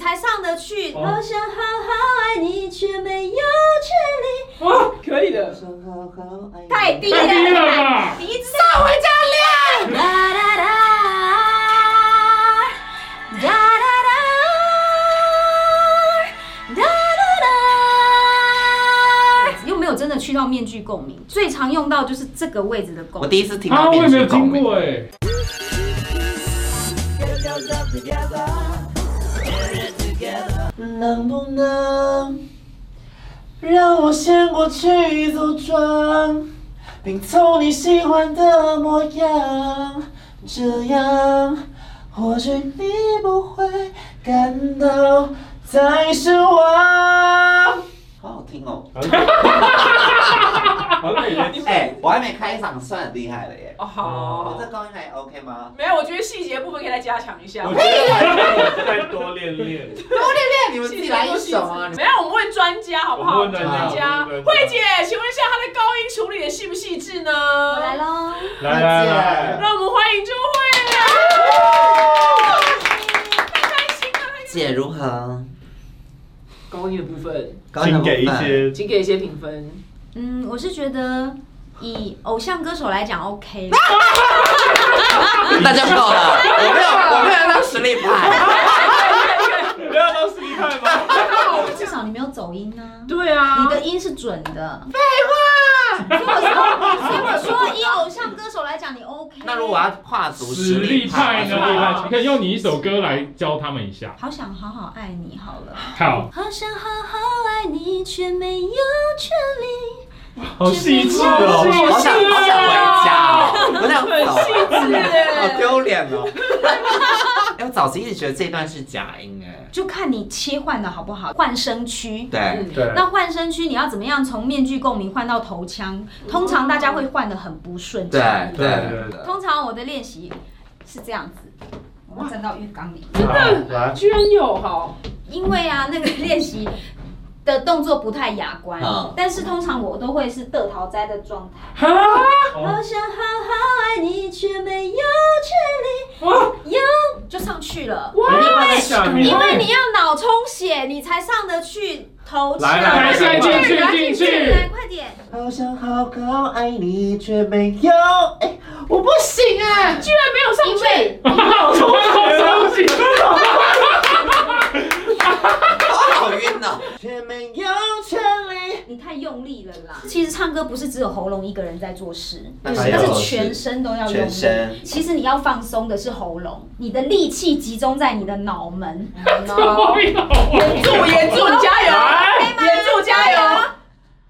还上得去，哦我想好好爱你，却没有权利。哇，哦可以的，说好好爱你太低太低了了，吧？你知道回家练。哒哒哒，哒哒哒，哒哒哒，又没有真的去到面具共鸣，最常用到就是这个位置的共我鸣。第一次听啊，到我也面没有具听共鸣，过哎。能不能让我先过去组装，拼凑你喜欢的模样？这样，或许你不会感到太失望。好好听哦！好累啊！哎、我还没开嗓，算很厉害了耶。哦我这好，高音还 OK 吗？没有，我觉得细节部分可以再加强一下。我觉得 再多练练。你们自细己节来都一细首啊！致没有，我们问专家好不好？我们问专家我们问专家慧姐，请问一下她的高音处理的细不细致呢？我来喽。来来来，让我们欢迎朱慧。太开心了太开心了姐如何？高音的部分，高音请的部分给一些请给一些评分。嗯，我是觉得以偶像歌手来讲 OK 啦。 那就够了。我没有，我没有要当实力派。不要当实力派吗？至少你没有走音啊，对啊，你的音是准的。废话，所以我说，所以我说以偶像歌手来讲，你 OK。那如果我要跨足实力派呢？实实力力派，派你可以用你一首歌来教他们一下。好想好好爱你好了，好，好想好好爱你，却没有权利。好细致哦。好想好想回家哦，我想很细走，致好耶。丢脸哦。 哎，我早期一直觉得这段是假音哎，就看你切换的好不好，换声区。对，嗯对，那换声区你要怎么样从面具共鸣换到头腔？通常大家会换的很不顺对畅。嗯对对，通常我的练习是这样子，我们站到浴缸里，好来，居然有好，因为啊那个练习的动作不太雅观嗯，但是通常我都会是得逃灾的状态。哦想好好爱你，却没有权哇，哎利，有就上去了。哇因为你要脑充血，你才上得去头腔。来来来来进去来进去来快点！好想好好爱你，却没 有。哎，我不行哎，居然没有上因去。为好冲好伤心。好晕哦。却没有权利。你太用力了啦。其实唱歌不是只有喉咙一个人在做事，那还有它是全身都要用全身力。其实你要放松的是喉咙，你的力气集中在你的脑门。我没有。祝 严祝你加来油，严祝加油。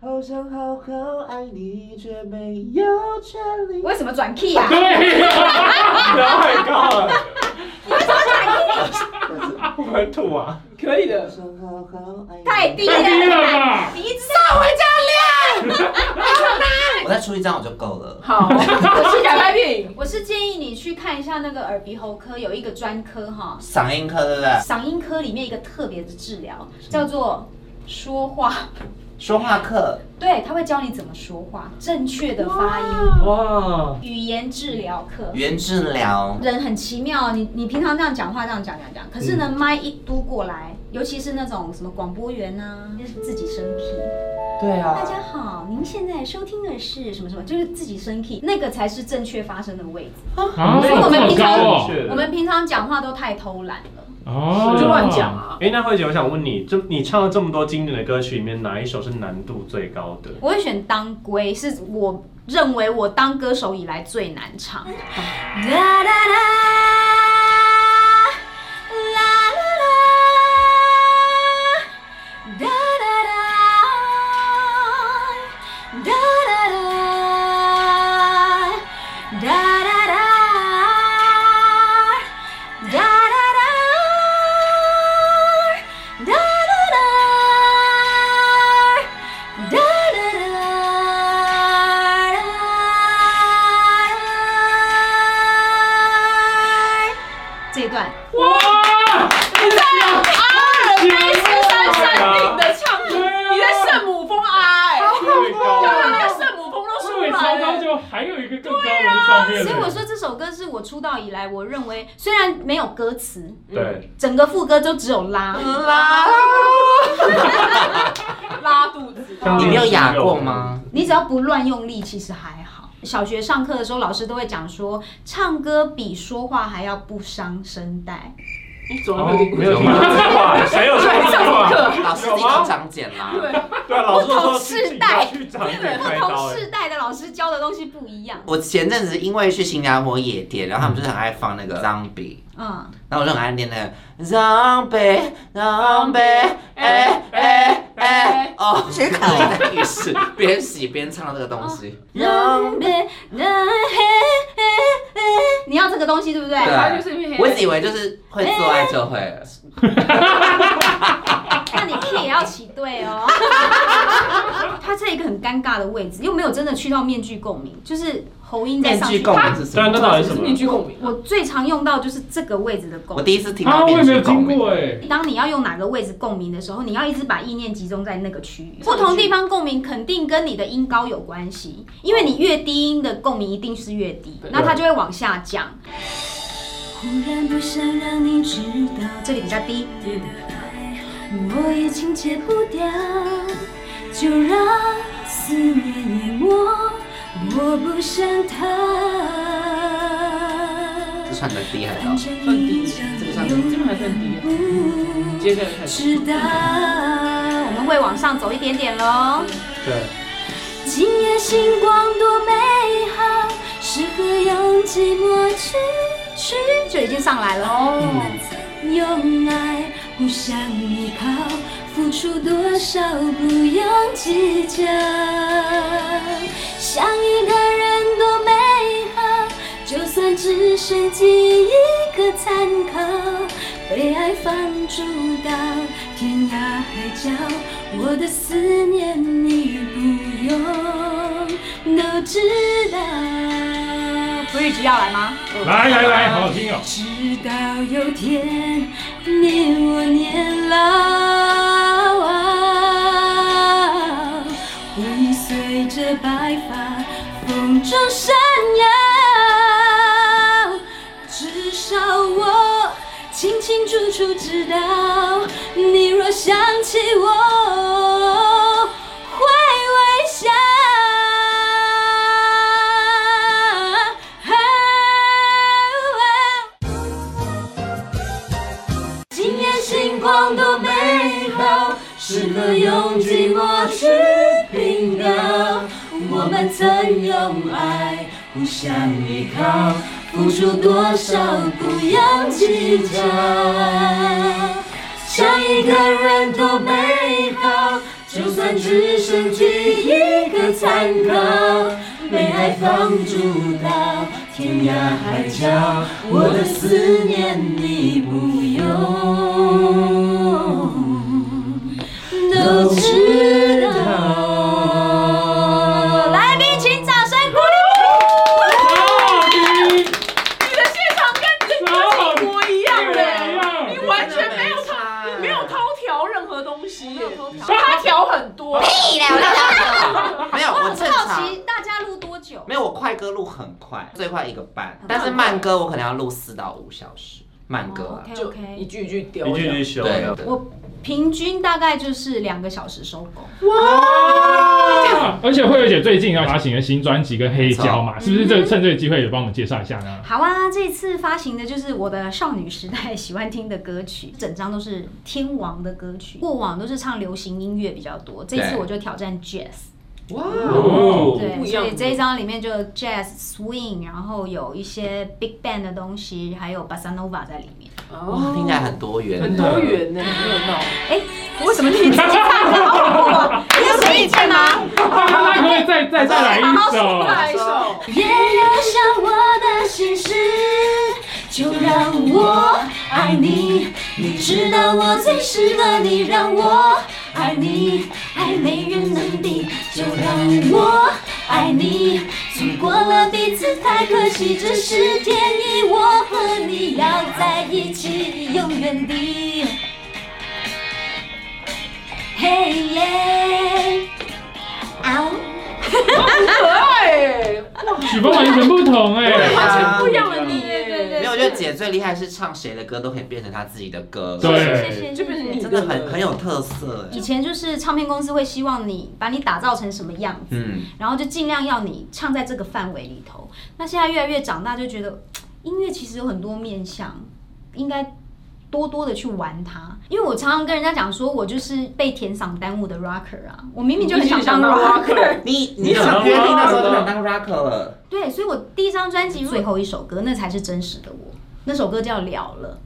好想好好爱你，却没有权利。为什么转 key 啊？对呀，太高了，不能吐啊！可以的，想好好爱你。太低太低了了，吧？你知道回家练。我再出一张我就够了。 好，我去改拍电影。我是建议你去看一下那个耳鼻喉科有一个专科哈，嗓音课对不对？嗓音科里面一个特别的治疗叫做说话，说话课，对，他会教你怎么说话，正确的发音，哦哇，语言治疗课。语言治疗，人很奇妙，你你平常这样讲话，这样讲讲讲，可是呢，麦一嘟过来，尤其是那种什么广播员啊，就是自己升 key。对啊大家好，您现在收听的是什么什么，就是自己升 key，那个才是正确发声的位置。啊，所以我这们么平高常哦，我们平常讲话都太偷懒了。哦，就乱讲啊哎、那慧姐，我想问你，就你唱了这么多经典的歌曲里面，哪一首是难度最高的？我会选当归，是我认为我当歌手以来最难唱。啦啦啦啦啦啦哒哒哒哒哒哒哒哒哒哒哒哒哒哒。哒哒哒哒这一段哇，阿尔卑斯山山顶的唱，你在圣母峰啊，哎，最高就是那个圣母峰都出来超高就还有一个更高的是上面的，所以我说这首歌是我出道以来，我认为虽然没有歌词，对，整个副歌都只有拉，啦，拉肚子，刚你没有哑过吗？你只要不乱用力，其实还好。小学上课的时候，老师都会讲说，唱歌比说话还要不伤声带。你怎哦没有听过这句话，谁有说过这句话？老师自己都长茧啦。对，对啊，老师都不说同自己世代要去长点不开刀同哎。世代的老师教的东西不一样。我前阵子因为去新加坡夜店，然后他们就是很爱放那个 zombie，嗯，然后我就很爱念那个 zombie zombie，哎哎哎，哦，谁看我在浴室边洗边唱这个东西？zombie，嗯你要这个东西对不对？对啊他就是因为我一直以为就是会做爱就会了，那你 key 也要起对哦。 他在一个很尴尬的位置，又没有真的去到面具共鸣，就是喉音在面上具去。共鸣是什对啊，那么？到底是什么面？具共鸣啊。我最常用到就是这个位置的共我鸣。第一次听啊，到我也面没有具共听鸣过。哎，当你要用哪个位置共鸣的时候，你要一直把意念集中在那个区域。这个不区同地方共鸣肯定跟你的音高有关系，因为你越低音的共鸣一定是越低对，那它就会往下降。忽然不想让你知道，这里比较低，我也情戒不掉，就让思念淹没，我不想逃这。算很低很高反，正算低一张这个算低这个还算低不接下来开始知道，我们会往上走一点点喽。对，今夜星光多美好，适合用寂寞去去，就已经上来了。哦，用爱互相依靠，付出多少不用计较。想一个人多美好，就算只剩记忆一个参考。被爱放逐到天涯海角，我的思念你不用都知道。不是局要来吗？来来来，好好听哦。直到有天你我年老，魂随着白发风中闪耀。至少我清清楚楚知道，你若想起我，会微笑。今夜星光多美好，适合用寂寞去拼高。我们曾用爱互相依靠，付出多少不用计较。想一个人多美好，就算只剩记忆个参考。被爱放逐到天涯海角，我的思念你不用都知道。来宾，请掌声鼓励。好听，你的现场跟这歌一模一样的，你完全没有偷，你没有偷调任何东西耶，他调很多。屁啦，我那没有，我正常。大家录多久？没有，我快歌录很快，最快一个半，但是慢歌我可能要录四到五小时，慢歌啊。 OK 就一 OK，句一句丢一句一句修对的。，我平均大概就是两个小时收工。啊 而且慧慧姐最近要发行的新专辑跟黑胶嗯嘛，是不是这趁这个机会也帮我们介绍一下呢？好啊，这次发行的就是我的少女时代喜欢听的歌曲，整张都是天王的歌曲。过往都是唱流行音乐比较多，这次对我就挑战 jazz。哇，哦对，不一样所以这一张里面就有 jazz swing，然后有一些 big band 的东西，还有 bossa nova 在里面。哇，听起来很多元，哦很多元呢，热闹。哎，为什么你自己唱歌好酷 啊？你有什么意见吗？那可以再再再来一首。下一首，也留下我的心事，就让我爱你。你知道我最适合你，让我爱你，爱没人能比，就让我爱你。错过了彼此太可惜，这是天意，我和你要在一起，永远的。嘿耶，啊！可爱耶。曲风完全不同哎、对，啊完全不一样对的对你，对对对，没有，我觉得姐最厉害是唱谁的歌都可以变成她自己的歌，对谢谢谢就变成谢你谢。真的很很有特色以哎。前就是唱片公司会希望你把你打造成什么样子，嗯，然后就尽量要你唱在这个范围里头。那现在越来越长大，就觉得音乐其实有很多面向，应该多多的去玩它。因为我常常跟人家讲说，我就是被填嗓耽误的 rocker 啊，我明明就很想当 rocker。你你你想想当约定那时候 rocker 就吗想当 rocker 了，对，所以我第一张专辑最后一首歌，那才是真实的我。那首歌叫《了了》。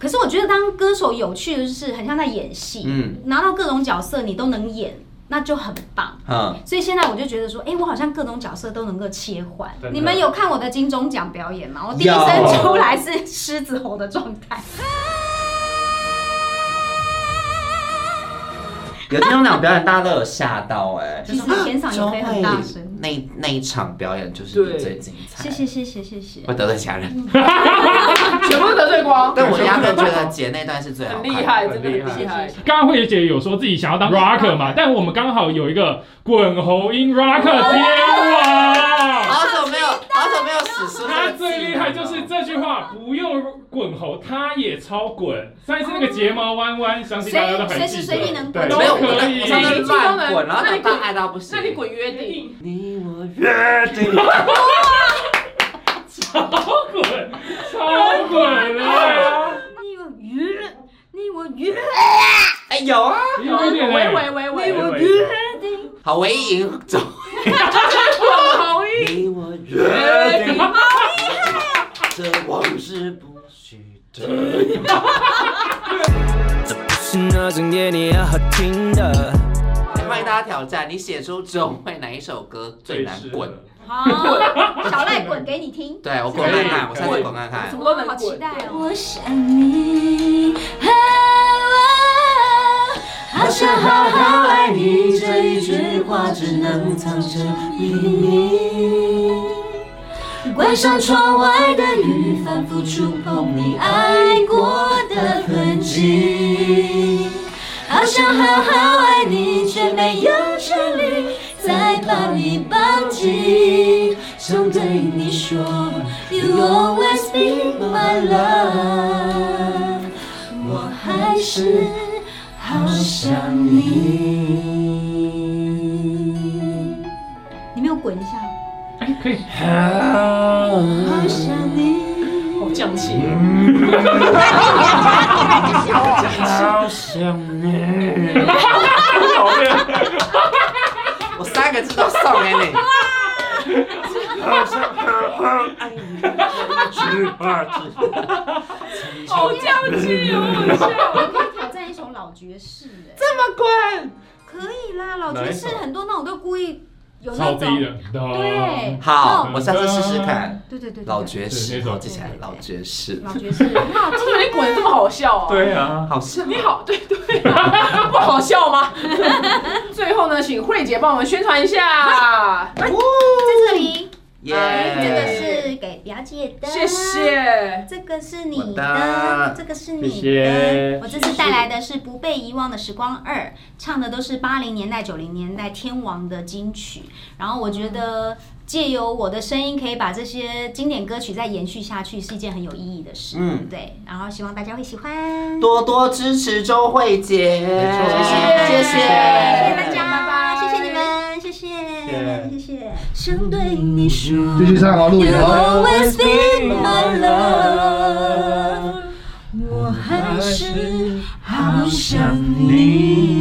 可是我觉得当歌手有趣的就是很像在演戏，嗯拿到各种角色你都能演，那就很棒。嗯，所以现在我就觉得说，哎、我好像各种角色都能够切换真。的你们有看我的金钟奖表演吗？我第一声有出来是狮子吼的状态，有金钟奖表演大家都有吓到哎，其实前嗓也可以很大周声慧。那那一场表演就是你最精彩，谢谢谢谢谢谢会，得罪其他人，全部得罪光，但我压根觉得姐那段是最好看的，很厉害，真很的厉害很厉害。刚刚慧姐姐有说自己想要当 rocker 嘛，但我们刚好有一个滚喉音 rocker 天王，好久没有好久没有史书，他最厉害就是这句话，不用滚喉，他也超滚。上一次那个睫毛弯弯，相信大家都很记得随随时随地能对滚都没有，我可我上次以。乱滚，然后就大爱到不行。那你滚约定，你我约定，超滚，超滚啊！你我约，你我约哎有啊，有一点喂嘞，喂喂喂，约定，好唯一赢走。滚好硬，你我约定，这往事不许追。是那种夜你要好听的。欢迎大家挑战，你写出周慧哪一首歌最难滚？好，小赖滚给你听。对我滚看看，我上次滚看什看。么都能好期滚。待哦！哎我想你，啊我好想好好爱你，这一句话只能藏着秘密。关上窗外的雨，反复触碰你爱过的痕迹。好想好好爱你，却没有权利再把你抱紧。想对你说，You always be my love。我还是好想你，你没有滚一下，哎，可以，哦好想你。好降气，好想你，我三个字都送给你。好想好好爱你，只怕只好降气哦！我可以挑战一首老爵士，哎，这么滚？可以啦，老爵士哪一首很多那种都故意有那超种低的，对，好，我下次试试看。对对对，对老爵士，对那首好记起来，老爵士。老爵士，哎很好为什么你滚的这么好笑啊？对啊，好像你好，对对啊， 不好笑吗？最后呢，请慧姐帮我们宣传一下，在这里，耶哎这个是给表姐的，谢。谢。这个是你我的的，这个是你的。谢谢我这次带来的是《不被遗忘的时光二》，唱的都是八零年代、九零年代天王的金曲。然后我觉得借由我的声音，可以把这些经典歌曲再延续下去，是一件很有意义的事。嗯对。然后希望大家会喜欢。多多支持周慧姐，错谢谢，谢谢大家，拜拜谢谢你们，谢谢，谢谢。想对你说继续唱好录影，You 哦。 always be my love，我还是好想你。